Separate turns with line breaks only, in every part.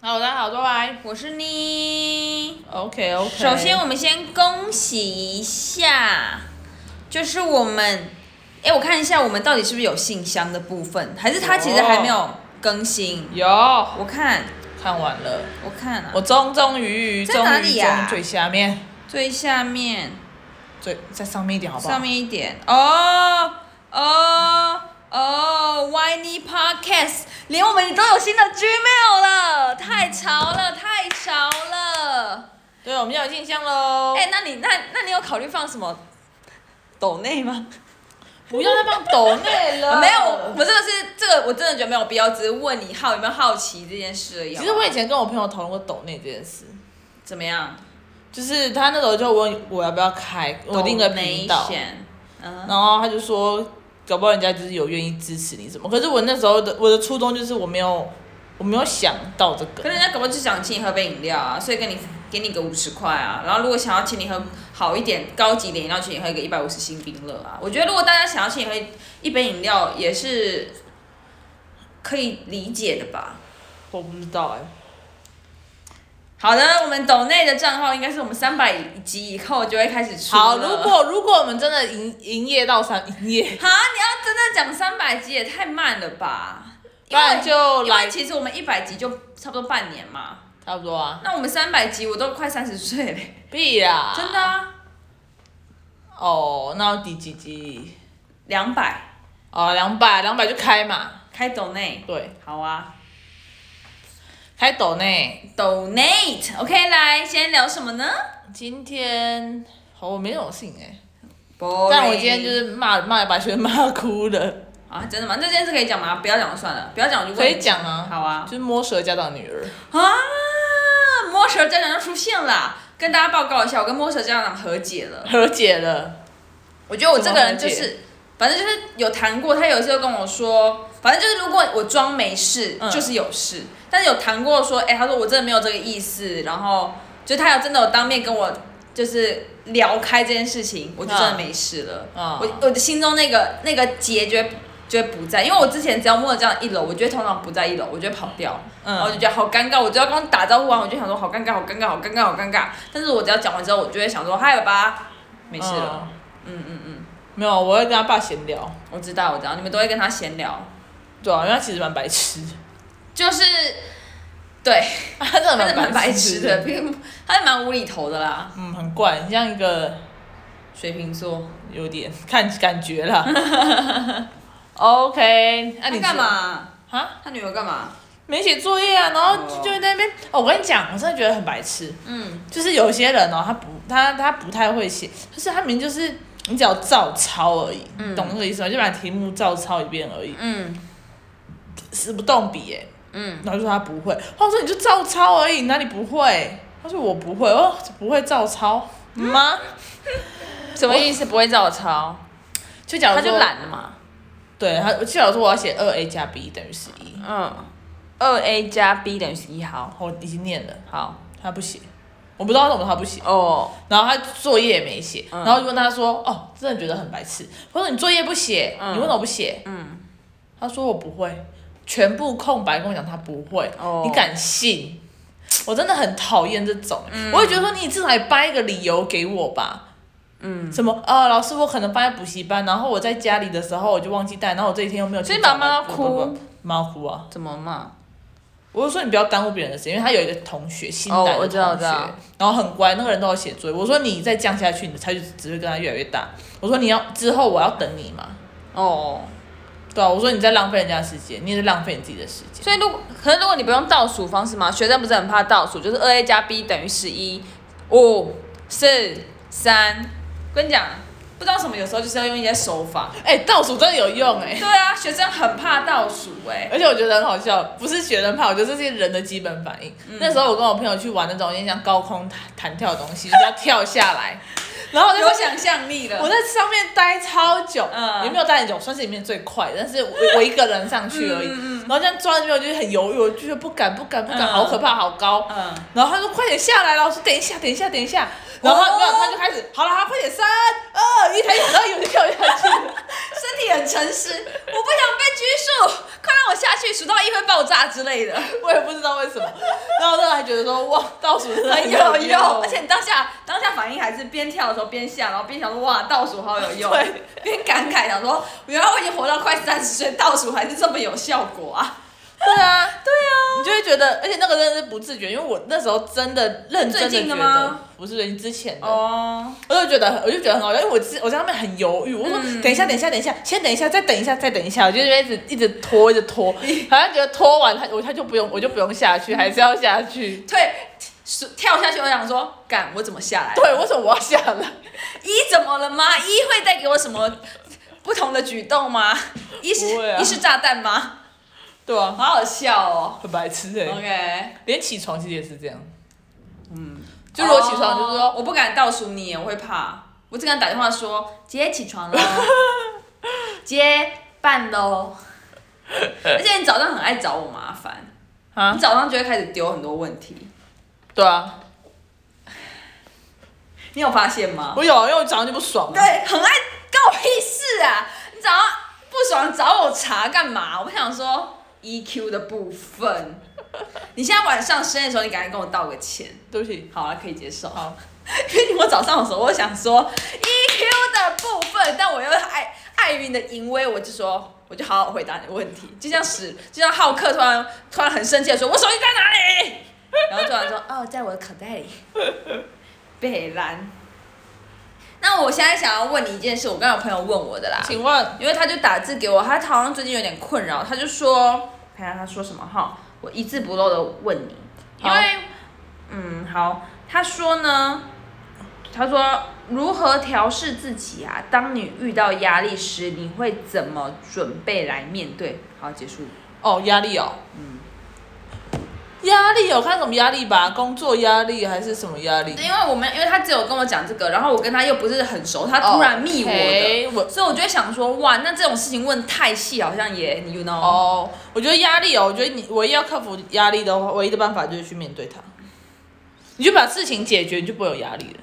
好的，好，拜拜。
我是妮。
OK OK。
首先，我们先恭喜一下，就是我们，哎，我看一下我们到底是不是有信箱的部分，还是它其实还没有更新？
有
我看，
看完了，
我看啊，
我忠忠于于，
在
忠
哪
于
里啊
忠
呀
最下面，
最下面
最在上面一点好不好？
上面一点，哦哦哦，Winey Podcast，连我们都有新的 Gmail 了，太潮了，太潮了。
对，我们要有信箱喽。
哎、那你那那你有考虑放什么抖内吗？啊
不要再放抖内了。
没有，我我这个是这个，我真的觉得没有必要，只是问你好有没有好奇这件事而已。
其实我以前跟我朋友讨论过抖内这件事，
怎么样？
就是他那时候就问我要不要开我另一个频道，
Donation，嗯，
然后他就说，搞不好人家就是有愿意支持你什么。可是我那时候的我的初衷就是我没有我没有想到这
可是
个，
人家搞不好就想请你喝杯饮料啊，所以跟你给你个五十块啊，然后如果想要请你喝好一点、高级一点饮料，请你喝一个一百五十新冰乐啊。我觉得如果大家想要请你喝一杯饮料，也是可以理解的吧。
我不知道哎、
好的，我们抖内的账号应该是我们三百集以后就会开始出了。
好，如果如果我们真的营营业到三营业，
啊，你要真的讲三百集也太慢了吧？
不然就
因为
来
其实我们一百集就差不多半年嘛，
差不多啊，
那我们三百集我都快三十岁嘞，
必啦，
真的啊，
哦，那要第几集？
两百
哦，两百两百就开嘛，
开抖内，
对，
好啊
开抖内。
抖内 o k 来，先聊什么呢？
今天好，我没有信哎、但
但
我今天就是骂骂把学生骂哭了，
啊，真的吗？那这件事可以讲吗？不要讲就算了，不要讲我就问
可以
你
讲啊
好啊
就是摸蛇家长的女儿。
啊，摸蛇家长要出现了，跟大家报告一下，我跟摸蛇家长和解了。
和解了，
我觉得我这个人
怎
就
么和
是，反正就是有谈过，他有一次就跟我说，反正就是如果我装没事，
嗯
就是有事。但是有谈过说，哎、他说我真的没有这个意思，然后就他有真的有当面跟我就是聊开这件事情，我就真的没事了。
嗯
我我的心中那个那个结绝绝不在，因为我之前只要摸了这样一楼，我觉得通常不在一楼，我就会跑掉。然后我
嗯，
就觉得好尴尬，我只要跟他打招呼完，我就想说好尴尬，好尴尬，好尴尬，好尴尬。但是我只要讲完之后，我就会想说嗨，爸爸，没事了。
嗯。
嗯嗯嗯，
没有，我会跟他爸闲聊，
我知道，我知道，你们都会跟他闲聊，
对啊，因为他其实蛮白痴，
就是 对，
他真的
他是蛮
蛮
白痴的，，并他是蛮无厘头的啦。
嗯，很怪，很像一个
水瓶座，
有点 看感觉 啦。OK，那、
他
你
干？嘛？
啊，
他女儿干嘛？
没写作业啊，然后
哦
就就在那边、哦。我跟你讲，我真的觉得很白痴，
嗯，
就是有些人哦，他不他他不太会写，就是他明明就是你只要照抄而已，
嗯
懂这个意思吗？就把题目照抄一遍而已，
嗯
死不动笔耶、
嗯，
然后就说他不会，我说你就照抄而已，哪里不会？他说我不会，哦，不会照抄吗？
什么意思？不会照抄，
就假如
他
说
就，懒了嘛。
对他，就假如说我要写二 a 加 b 等于十一，
嗯，二 A 加 B 等于十一，好，
我已经念了，
好
他不写，我不知道为什么他不写，
哦，
然后他作业也没写，
嗯
然后就问他说，哦，真的觉得很白痴，我说你作业不写，
嗯
你为什么不写？
嗯，
他说我不会，全部空白跟我讲他不会，
哦
你敢信？我真的很讨厌这种，
嗯
我也觉得说你至少也掰一个理由给我吧。嗯，什么呃，老师，我可能放在补习班，然后我在家里的时候我就忘记带，然后我这一天又没有去
所以
找
妈妈
不
要
不不
哭
妈要哭啊！
怎么嘛？
我就说你不要耽误别人的时间，因为他有一个同学新来
哦
的同学，
我知道我知道
然后很乖，那个人都有写作业。我说你再这样下去，你的差距只会跟他越来越大。我说你要之后我要等你嘛，
哦，
对啊，我说你在浪费人家的时间，你也是浪费你自己的时间。
所以如果可是如果你不用倒数方式嘛，学生不是很怕倒数，就是二 a 加 b 等于十一，五四三。跟你讲，不知道什么，有时候就是要用一些手法。
哎、倒数真的有用哎、
对啊，学生很怕倒数哎、
而且我觉得很好笑，不是学生怕，我觉得这是人的基本反应。
嗯
那时候我跟我朋友去玩那种有点像高空弹弹跳的东西，就是要跳下来，然后我在
有
上面
想象力了。
我在上面待超久，
嗯
也没有待很久，算是里面最快的，但是我 我一个人上去而
嗯
已，然后这样抓着我就是很犹豫，我就觉得不敢不敢不敢，
嗯
好可怕，好高。
嗯，
然后他说快点下来了，我说等一下等一下等一下，然后他、
哦
没有他就开始好了，他快点三二一抬脚，然后有就跳下去了。
身体很诚实，我不想被拘束，快让我下去，数到一会爆炸之类的。
我也不知道为什么。然后他还觉得说哇，倒数真的
很 有
有
用，哎而且你当下当下反应还是边跳的时候边笑，然后边想说哇倒数好有用，边感慨想说原来我已经活到快三十岁，倒数还是这么有效果啊！
对啊，对啊，你就会觉得，而且那个真的是不自觉，因为我那时候真的认真的
最近
觉
的
得，
吗
不是最近之前的，
哦，
我就觉得很，我就觉得很好笑，因为我之我在上面很犹豫，我说、
嗯
等一下，等一下，等一下，先等一下，再等一下，再等一下，我就一直一直拖，一直 拖，好像觉得拖完他我他就不用，我就不用下去，还是要下 去。
退是跳下去，我想说干我怎么下来？
对，为什么我要下来？
一怎么了吗？一会带给我什么不同的举动吗？一是
不会啊
一是炸弹吗？
对啊，
好好笑哦。
很白痴哎、
OK，
连起床其实也是这样。嗯就如果起床就是说
哦我不敢倒数你，我会怕，我只敢打电话说姐起床 喽，姐办 喽。而且你早上很爱找我麻烦，
啊
你，早上就会开始丢很多问题，
对啊，
你有发现吗？
我有啊，因为我早上就不爽嘛
对，很爱干我屁事啊！你早上不爽找我茬干嘛？我想说 EQ 的部分，你现在晚上失恋的时候，你赶快跟我道个歉，
对不起，
好了，可以接受。
好，
因为我早上的时候，我想说 EQ 的部分，但我又碍碍于你的淫威，我就说。我就好好回答你的问题，就像史，就像浩克突然突然很生气的说：“我手机在哪里？”然后突然说：“ 哦，在我的口袋里。” 北兰。那我现在想要问你一件事，我刚刚有朋友问我的啦，
请问
因为他就打字给我，他好像最近有点困扰，他就说，看看他说什么哈，我一字不漏的问你，因
好
为，嗯，好，他说呢，他说如何调试自己啊？当你遇到压力时，你会怎么准备来面对？好，结束。
哦，压力哦，嗯，压力有看什么压力吧？工作压力还是什么压力？
因为我们因为他只有跟我讲这个，然后我跟他又不是很熟，他突然密我
哦
的。
OK，我
所以我就会想说，哇，那这种事情问太细，好像也，you know，、
哦，我觉得压力哦，我觉得你唯一要克服压力的话，唯一的办法就是去面对它，你就把事情解决，你就不会有压力了。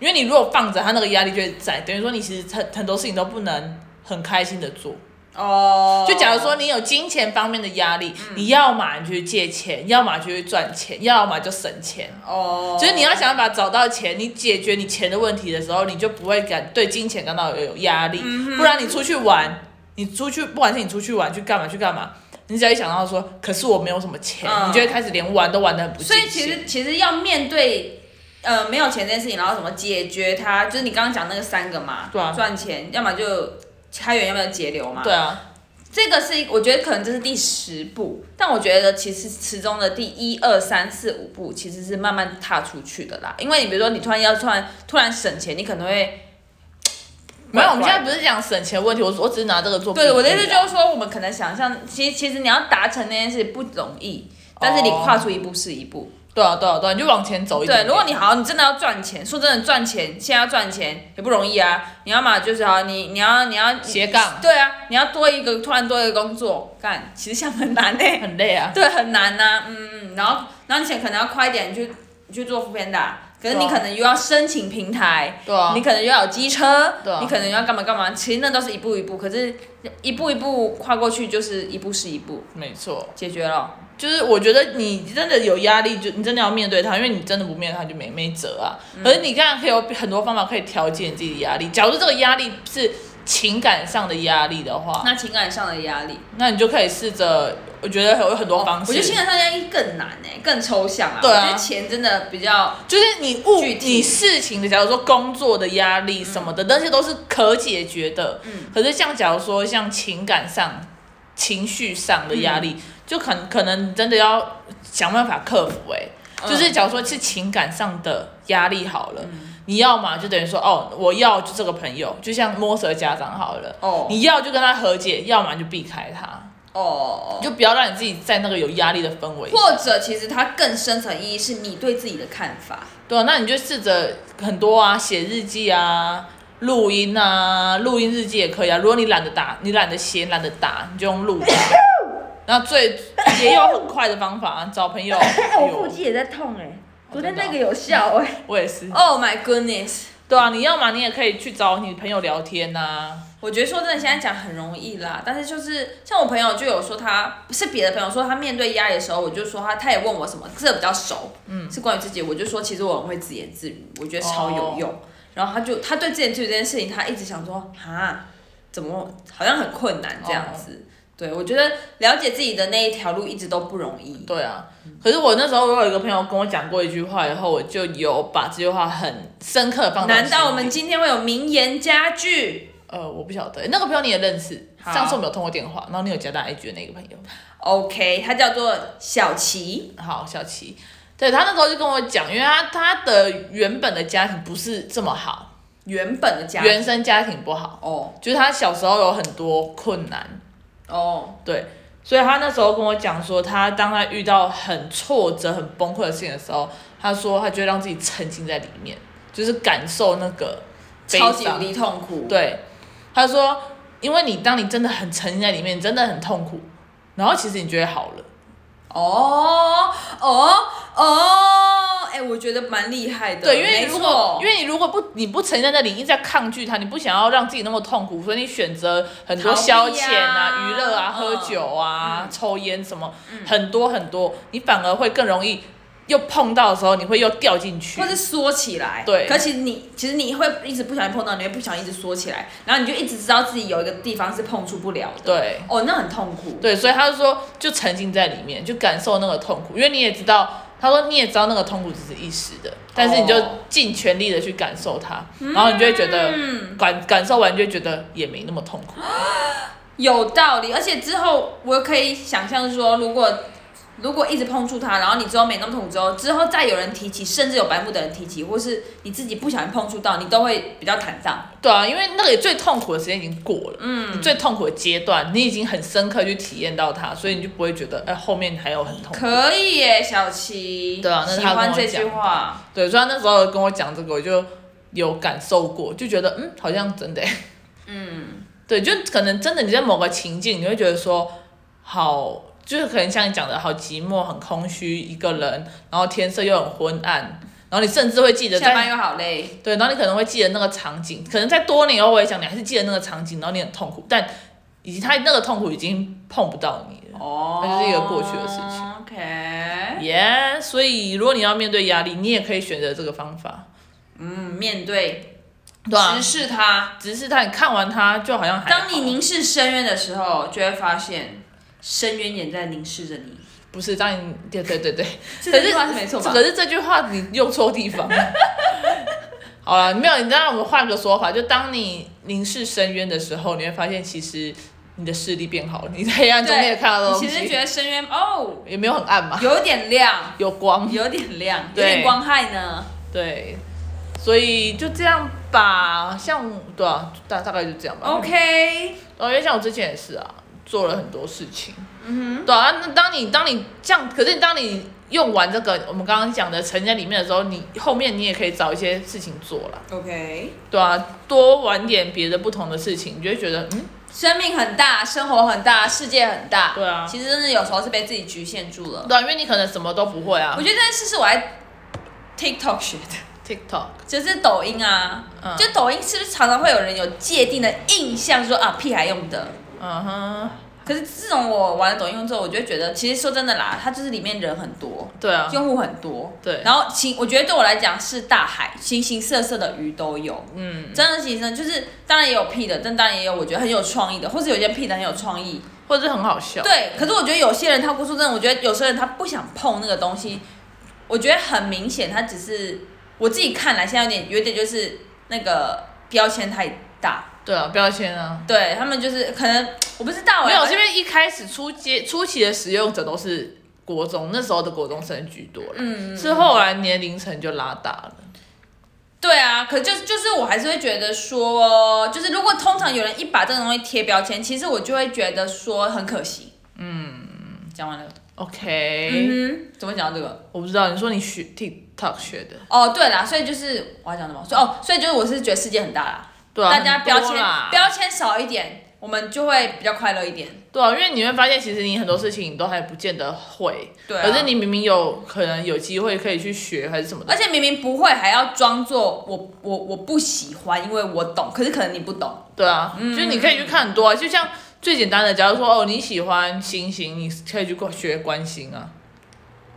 因为你如果放着，它那个压力就会在，等于说你其实很很多事情都不能很开心的做。
哦
就假如说你有金钱方面的压力，你要么你就去借钱，要么就去赚钱，要么就省钱。
哦，
就是你要想办法找到钱，你解决你钱的问题的时候，你就不会感对金钱感到有压力。
嗯
不然你出去玩，你出去不管是你出去玩去干嘛去干嘛，你只要一想到说，可是我没有什么钱，
嗯
你就会开始连玩都玩的很不
所
尽
以
兴。
其实其实要面对，呃，没有钱这件事情，然后怎么解决它？就是你刚刚讲那个三个嘛，
对啊
赚钱，要么就开源，要么就节流嘛。
对，啊，
这个是一我觉得可能这是第十步，但我觉得其实其中的第一二三四五步其实是慢慢踏出去的啦。因为你比如说你突然要突然突然省钱，你可能会
没有，
怪
我们现在不是讲省钱问题，我我只是拿这个做比喻啊。
对我的意思就是说，我们可能想象，其实其实你要达成那件事不容易，但是你
哦
跨出一步是一步。
对啊对啊对啊，你就往前走一点
对，
点。
如果你好，你真的要赚钱，说真的，赚钱现在要赚钱也不容易啊。你要嘛就是好，你你要你要
斜杠
对啊，你要多一个突然多一个工作干，其实像很难嘞、
很累啊，
对，很难呐、嗯嗯，然后然后你钱可能要快一点，你去你去做副片打，可是你
对啊
可能又要申请平台，
对啊
你，可能又要有机车，
对啊
你可能又要干嘛干嘛，其实那都是一步一步，可是一步一步跨过去就是一步是一步，
没错，
解决了。
就是我觉得你真的有压力，就你真的要面对它，因为你真的不面对它就没没辙啊。
嗯
可是你当然可以有很多方法可以调节你自己的压力。假如这个压力是情感上的压力的话，那
那情感上的压力，
你就可以试着，我觉得有很多方
我
式。
觉得情感上压力更难哎、更抽象啊。
对啊
我觉得钱真的比较
就是你物
具体
你事情的，假如说工作的压力什么的，那些都是可解决的。
嗯
可是像假如说像情感上、情绪上的压力，
嗯
就可能可能你真的要想办法克服、欸。
嗯
就是假如说是情感上的压力好了，
嗯
你要嘛就等于说哦，我要就这个朋友，就像摸蛇家长好了，
哦
你要就跟他和解，要么就避开他，
哦，
就不要让你自己在那个有压力的氛围
或者其实它更深层意义是你对自己的看法。
对啊，那你就试着很多啊，写日记啊，录音啊，录音日记也可以啊。如果你懒得打，你懒得写，懒得打，你就用 录的。那最也有很快的方法啊，找 朋友。有，
也在痛哎、
昨天那个欸
有效哎、
我也是。
Oh my goodness！
对啊，你要嘛你也可以去找你朋友聊天呐、啊。
我觉得说真的，现在讲很容易啦，但是就是像我朋友就有说他，是别的朋友说他面对压力的时候，我就说他，他也问我什么，这个比较熟，嗯，是关于自己，我就说其实我很会自言自语，我觉得超有
哦
用。然后他就他对自言自语这件事情，他一直想说啊，怎么好像很困难这样子。
哦
对，我觉得了解自己的那一条路一直都不容易。
对啊，可是我那时候我有一个朋友跟我讲过一句话，以后我就有把这句话很深刻地放在心里。
难道我们今天会有名言佳句？
呃，我不晓得那个朋友你也认识，
好
上次我们有通过电话，然后你有加他 IG 的那个朋友，
OK，它叫做小琪。
好，小琪，对他那时候就跟我讲，因为他他的原本的家庭不是这么好，
原本的家
原生家庭不好，
哦
就是他小时候有很多困难，
哦，
对，所以他那时候跟我讲说，他当他遇到很挫折、很崩溃的事情的时候，他说他就会让自己沉浸在里面，就是感受那个悲
超级无
伤。
敌痛苦。
对，他说，因为你当你真的很沉浸在里面，你真的很痛苦，然后其实你就会好了。
哦哦哦，哎、我觉得蛮厉害的。
对，因为你
没
如果
错
因为你如果不你不承认那里，你一直在抗拒它，你不想要让自己那么痛苦，所以你选择很多
逃避
消遣
啊
啊、娱乐啊、喝
嗯
酒啊、抽烟什么，很多很多，你反而会更容易又碰到的时候，你会又掉进去
或。是缩起来，
对
可其实你其实你会一直不小心碰到，你会不小心一直缩起来，然后你就一直知道自己有一个地方是碰触不了的。，
对
哦，那很痛苦。
对，所以他就说，就沉浸在里面，就感受那个痛苦，因为你也知道。他说：“你也知道那个痛苦只是一时的，但是你就
哦
尽全力的去感受它，
嗯
然后你就会觉得感感受完就会觉得也没那么痛苦。
有道理，而且之后我可以想象说，如果如果一直碰触它，然后你之后没那么痛苦之后，之后再有人提起，甚至有白目的人提起，或是你自己不小心碰触到，你都会比较坦荡。
对啊，因为那个最痛苦的时间已经过了，嗯，最痛苦的阶段，你已经很深刻去体验到它，所以你就不会觉得，哎、后面还有很痛苦。
哦可以耶，小琪。
对啊那是
喜
他
欢
跟我
这句
讲的
话。
对，所以他那时候跟我讲这个，我就有感受过，就觉得，嗯，好像真的、嗯，对，就可能真的你在某个情境，你会觉得说，好，就是可能像你讲的，好寂寞，很空虚，一个人，然后天色又很昏暗，然后你甚至会记得
下
在
班又好累，
对，然后你可能会记得那个场景，可能在多年后回想，你还是记得那个场景，然后你很痛苦，但以及他那个痛苦已经碰不到你了。
哦
那就是一个过去的事情。
OK，
耶、所以如果你要面对压力，你也可以选择这个方法，
嗯，面对，
对啊
直。视它。
只是他你看完它，就好像还
当你
好
凝视深渊的时候，就会发现深渊也在凝视着你。
不是当你对对对对，
这
可
句话是没错吧？
可是这句话你用错地方了。 好了，没有，你知道我们换个说法，就当你凝视深渊的时候，你会发现其实你的视力变好了，你在黑暗中你也看到
呃你
东
其实
西，
觉得深渊哦，
也没有很暗嘛，
有点亮，
有光。
有点亮，有
对
点光害呢。
对，所以就这样吧，像对啊，大大概就这样吧。
OK，
哦，因为像我之前也是啊，做了很多事情。嗯哼。对啊，那当你当你这样，可是当你用完这个我们刚刚讲的沉浸在里面的时候，你后面你也可以找一些事情做啦。
OK，
对啊，多玩点别的不同的事情，你就会觉得嗯，
生命很大，生活很大，世界很大。
对啊
其实真的有时候是被自己局限住了。
对啊，因为你可能什么都不会啊
我。觉得这件事是我在 TikTok 学的，
TikTok，
就是抖音啊，
嗯
就抖音是不是常常会有人有界定的印象说啊屁孩用的？
嗯哼，
可是自从我玩了抖音之后，我就会觉得，其实说真的啦，它就是里面人很多，
对啊，
用户很多，
对
然后形，我觉得对我来讲是大海，形形色色的鱼都有。
嗯，
真的，其实就是当然也有屁的，但当然也有我觉得很有创意的，或者有些屁的很有创意。
或者是很好笑。
对，可是我觉得有些人他不说真的，我觉得有些人他不想碰那个东西，我觉得很明显，他只是我自己看来现在有点有点就是那个标签太大，
对啊，标签啊。
对他们就是可能我不知道、欸，
没有，
反
这
正
边一开始初阶初期的使用者都是国中，那时候的国中生居多了。嗯，是后来年龄层就拉大了。
对啊，可就就是我还是会觉得说，就是如果通常有人一把这个东西贴标签，其实我就会觉得说很可惜。嗯，讲完了。
OK，、
嗯哼，怎么讲到这个？
我不知道，你说你学 TikTok 学的，
哦，对啦，所以就是我要讲什么？所以哦，所以就是我是觉得世界很大啦，
对啊，
大家
很多
标签
啦
标签少一点。我们就会比较快乐一点。
对啊，因为你会发现，其实你很多事情你都还不见得会，
对、啊，
可是你明明有可能有机会可以去学还是什么
而
的。
且明明不会，还要装作我我我不喜欢，因为我懂，可是可能你不懂。
对啊，
嗯
就是你可以去看很多、啊，就像最简单的，假如说哦你喜欢星星，你可以去学观星啊。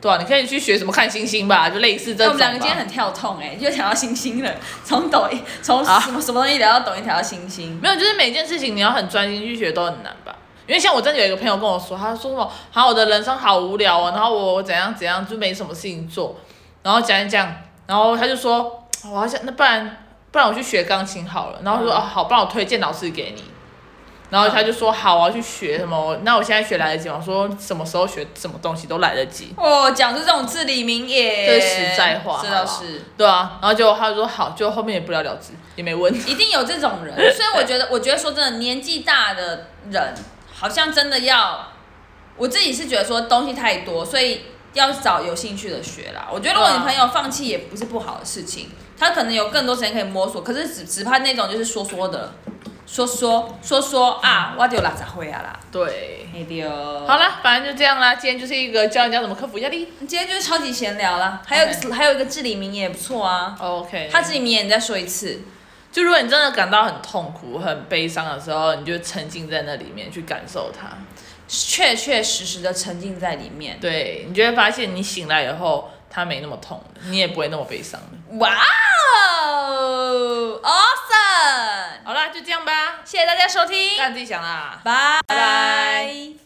对啊，你可以去学什么看星星吧，就类似这
那我
种
们
吧。
两个今天很跳痛哎、就想到星星了， 从抖音从
啊
什么、什么东西聊到抖音，聊到星星。
没有，就是每件事情你要很专心去学都很难吧。因为像我真的有一个朋友跟我说，他说什么，好，我的人生好无聊哦，然后我怎样怎样，就没什么事情做，然后讲一讲，然后他就说，我好想，那不然不然我去学钢琴好了，然后我说，
嗯
哦，好，不然我推荐老师给你，然后他就说，好，啊我要去学什么，那我现在学来得及吗？我说什么时候学什么东西都来得及，
哦，讲出这种至理名言，
这是实在话
这
好
倒
不
是。
对啊，然后就他就说好，就后面也不了了之，也没问，
一定有这 种人，所以我觉得，我觉得说真的，年纪大的人好像真的要，我自己是觉得说东西太多，所以要找有兴趣的学啦。我觉得如果
对
你
啊
朋友放弃也不是不好的事情，他可能有更多时间可以摸索，可是只只怕那种就是说说的，说说说说啊，我就垃圾会啊啦，
嗯对，
哎丢。
好啦，反正就这样啦，今天就是一个教人家怎么克服压力
今天就是超级闲聊啦，还有一个还有一个至理名言也不错啊，
，OK，
他至理名言你再说一次，
就如果你真的感到很痛苦、很悲伤的时候，你就沉浸在那里面去感受它。
确确实实的沉浸在里面。
对，你就会发现你醒来以后，它没那么痛了，你也不会那么悲伤了。
哇哦，awesome！
好啦，就这样吧，
谢谢大家收听，
干自己想啦。
拜
拜
拜。
拜